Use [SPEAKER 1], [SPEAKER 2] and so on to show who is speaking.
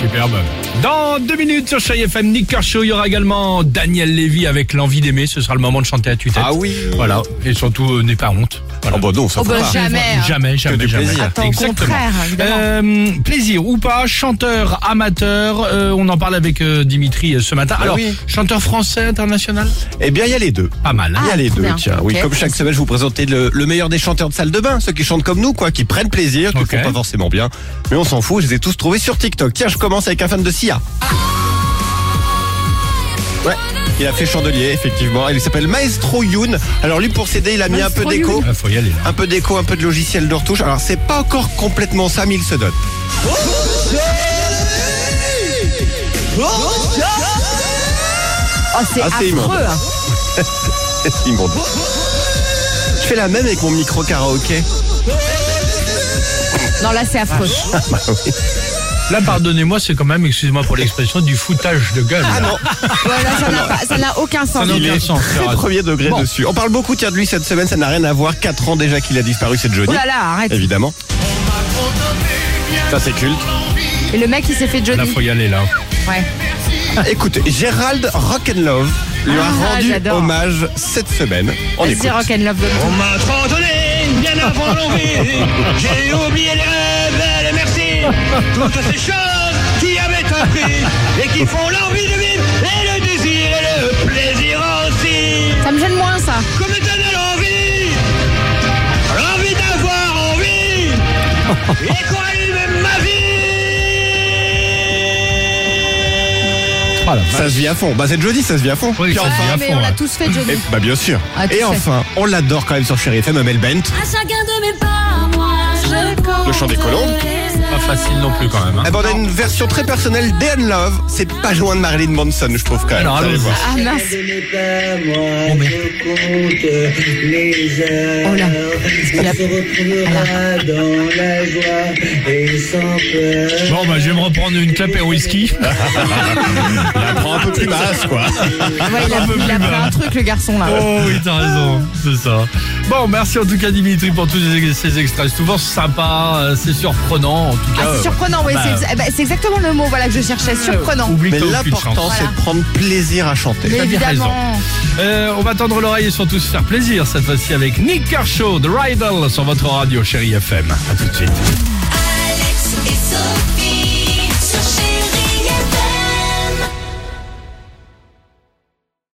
[SPEAKER 1] superbe. Dans deux minutes sur Chai FM, Nick Kershaw, il y aura également Daniel Lévy avec l'envie d'aimer. Ce sera le moment de chanter à tue-tête.
[SPEAKER 2] Ah oui.
[SPEAKER 1] Voilà. Et surtout, euh, n'aie pas honte. Voilà.
[SPEAKER 2] Ah bah non, ça
[SPEAKER 3] Oh
[SPEAKER 2] faut
[SPEAKER 3] bah
[SPEAKER 2] pas.
[SPEAKER 3] jamais. hein.
[SPEAKER 1] Jamais, jamais,
[SPEAKER 2] du
[SPEAKER 1] jamais.
[SPEAKER 2] plaisir.
[SPEAKER 3] Attends, au contraire, hein, évidemment.
[SPEAKER 1] Euh, plaisir ou pas, chanteur amateur, euh, on en parle avec euh, Dimitri euh, ce matin.
[SPEAKER 2] Bah
[SPEAKER 1] Alors,
[SPEAKER 2] oui.
[SPEAKER 1] chanteur français international,
[SPEAKER 2] Eh bien, il y a les deux.
[SPEAKER 1] pas mal. hein.
[SPEAKER 2] Il y a les
[SPEAKER 3] trop
[SPEAKER 2] deux,
[SPEAKER 3] bah. Ah, bien.
[SPEAKER 2] tiens. Oui,
[SPEAKER 3] Ok.
[SPEAKER 2] comme chaque semaine, je vous présente le, le meilleur des chanteurs de salle de bain, ceux qui chantent comme nous, quoi, qui prennent plaisir, qui
[SPEAKER 1] Ok.
[SPEAKER 2] font pas forcément bien. Mais on s'en fout, je les ai tous trouvés sur TikTok. Tiens, je commence avec un fan de Sia. Ouais, il a fait chandelier, effectivement. Il s'appelle Maestro Youn. Alors lui, pour s'aider, il a mis un peu
[SPEAKER 3] Maestro
[SPEAKER 2] d'écho.
[SPEAKER 1] Ah, faut y aller. là.
[SPEAKER 2] Un peu d'écho, un peu de logiciel de retouche. Alors c'est pas encore complètement ça, mais il se donne.
[SPEAKER 3] Oh, c'est
[SPEAKER 2] Ah, c'est immonde.
[SPEAKER 3] affreux. hein.
[SPEAKER 2] Immonde. Je fais la même avec mon micro karaoké.
[SPEAKER 3] Non, là, c'est affreux.
[SPEAKER 1] Là, pardonnez-moi, c'est quand même, excusez-moi pour l'expression, du foutage de gueule.
[SPEAKER 2] Ah non,
[SPEAKER 3] Voilà, ça n'a pas- ça n'a aucun sens.
[SPEAKER 1] Ça n'a
[SPEAKER 2] il
[SPEAKER 1] aucun
[SPEAKER 2] est
[SPEAKER 1] sens,
[SPEAKER 2] très
[SPEAKER 1] Sarah.
[SPEAKER 2] premier degré
[SPEAKER 1] Bon.
[SPEAKER 2] dessus. On parle beaucoup tiens, de lui cette semaine, ça n'a rien à voir. 4 ans déjà qu'il a disparu, c'est Johnny.
[SPEAKER 3] Oh là là, arrête.
[SPEAKER 2] Évidemment. Ça c'est culte.
[SPEAKER 3] Et le mec, il s'est fait
[SPEAKER 1] Là,
[SPEAKER 3] Johnny.
[SPEAKER 1] faut y aller là.
[SPEAKER 3] Ouais.
[SPEAKER 2] Écoute, Gérald Rock'n'Love lui
[SPEAKER 3] Ah,
[SPEAKER 2] a rendu
[SPEAKER 3] j'adore.
[SPEAKER 2] hommage cette semaine. On
[SPEAKER 3] Vas-y,
[SPEAKER 2] écoute.
[SPEAKER 3] rock'n'love.
[SPEAKER 4] On m'a abandonné, bien avant l'envie. J'ai oublié les rêves et les merci. Toutes ces choses qui avaient un prix et qui font l'envie de vivre et le désir et le plaisir aussi.
[SPEAKER 3] Ça me gêne moins, ça.
[SPEAKER 4] Comme me donne l'envie, l'envie d'avoir envie et qu'on allume ma vie.
[SPEAKER 1] Voilà.
[SPEAKER 2] Ça se vit à fond. Bah c'est Johnny, ça se vit à fond.
[SPEAKER 1] Oui,
[SPEAKER 2] Puis
[SPEAKER 1] ça
[SPEAKER 2] enfin-
[SPEAKER 1] se vit à
[SPEAKER 3] Ah, mais
[SPEAKER 1] fond,
[SPEAKER 3] on l'a
[SPEAKER 1] ouais.
[SPEAKER 3] tous fait Johnny.
[SPEAKER 2] Et- bah bien sûr.
[SPEAKER 3] Ah, tu
[SPEAKER 2] Et
[SPEAKER 3] sais.
[SPEAKER 2] enfin, on l'adore quand même sur Chéri FM, Amel Bent.
[SPEAKER 5] À chacun de mes pas, moi je compte.
[SPEAKER 2] Le chant des colombes.
[SPEAKER 5] les
[SPEAKER 1] Pas facile non plus quand même. hein.
[SPEAKER 2] Eh ben, on a une version très personnelle d'Anne Love. C'est pas loin de Marilyn Manson, je trouve quand même.
[SPEAKER 1] Alors,
[SPEAKER 2] Vous allez
[SPEAKER 1] allons-y.
[SPEAKER 2] voir.
[SPEAKER 3] Ah mince.
[SPEAKER 1] Bon, mais-
[SPEAKER 3] Oh là. Il a-
[SPEAKER 1] Bon, bah, je vais me reprendre une clope et un whisky.
[SPEAKER 2] Elle prend un peu plus basse, quoi.
[SPEAKER 3] Ah ouais, il a, il a pris un truc, le garçon, là.
[SPEAKER 1] Oh oui, t'as raison, c'est ça. Bon, merci en tout cas Dimitri pour tous ces- ces extraits. C'est souvent sympa, euh, c'est surprenant en tout cas.
[SPEAKER 3] Ah,
[SPEAKER 1] euh,
[SPEAKER 3] c'est surprenant, ouais.
[SPEAKER 1] bah,
[SPEAKER 3] c'est- eh ben, c'est exactement le mot voilà, que je cherchais. Surprenant.
[SPEAKER 1] Oublie
[SPEAKER 2] Mais
[SPEAKER 1] que t'as aucune chance.
[SPEAKER 2] l'important, c'est de prendre plaisir à chanter.
[SPEAKER 3] Mais
[SPEAKER 1] t'as bien
[SPEAKER 3] évidemment.
[SPEAKER 1] Euh, on va tendre l'oreille et surtout se faire plaisir cette fois-ci avec Nick Kershaw, The Rival, sur votre radio, chérie FM. À tout de suite.
[SPEAKER 5] Alex et Sophie.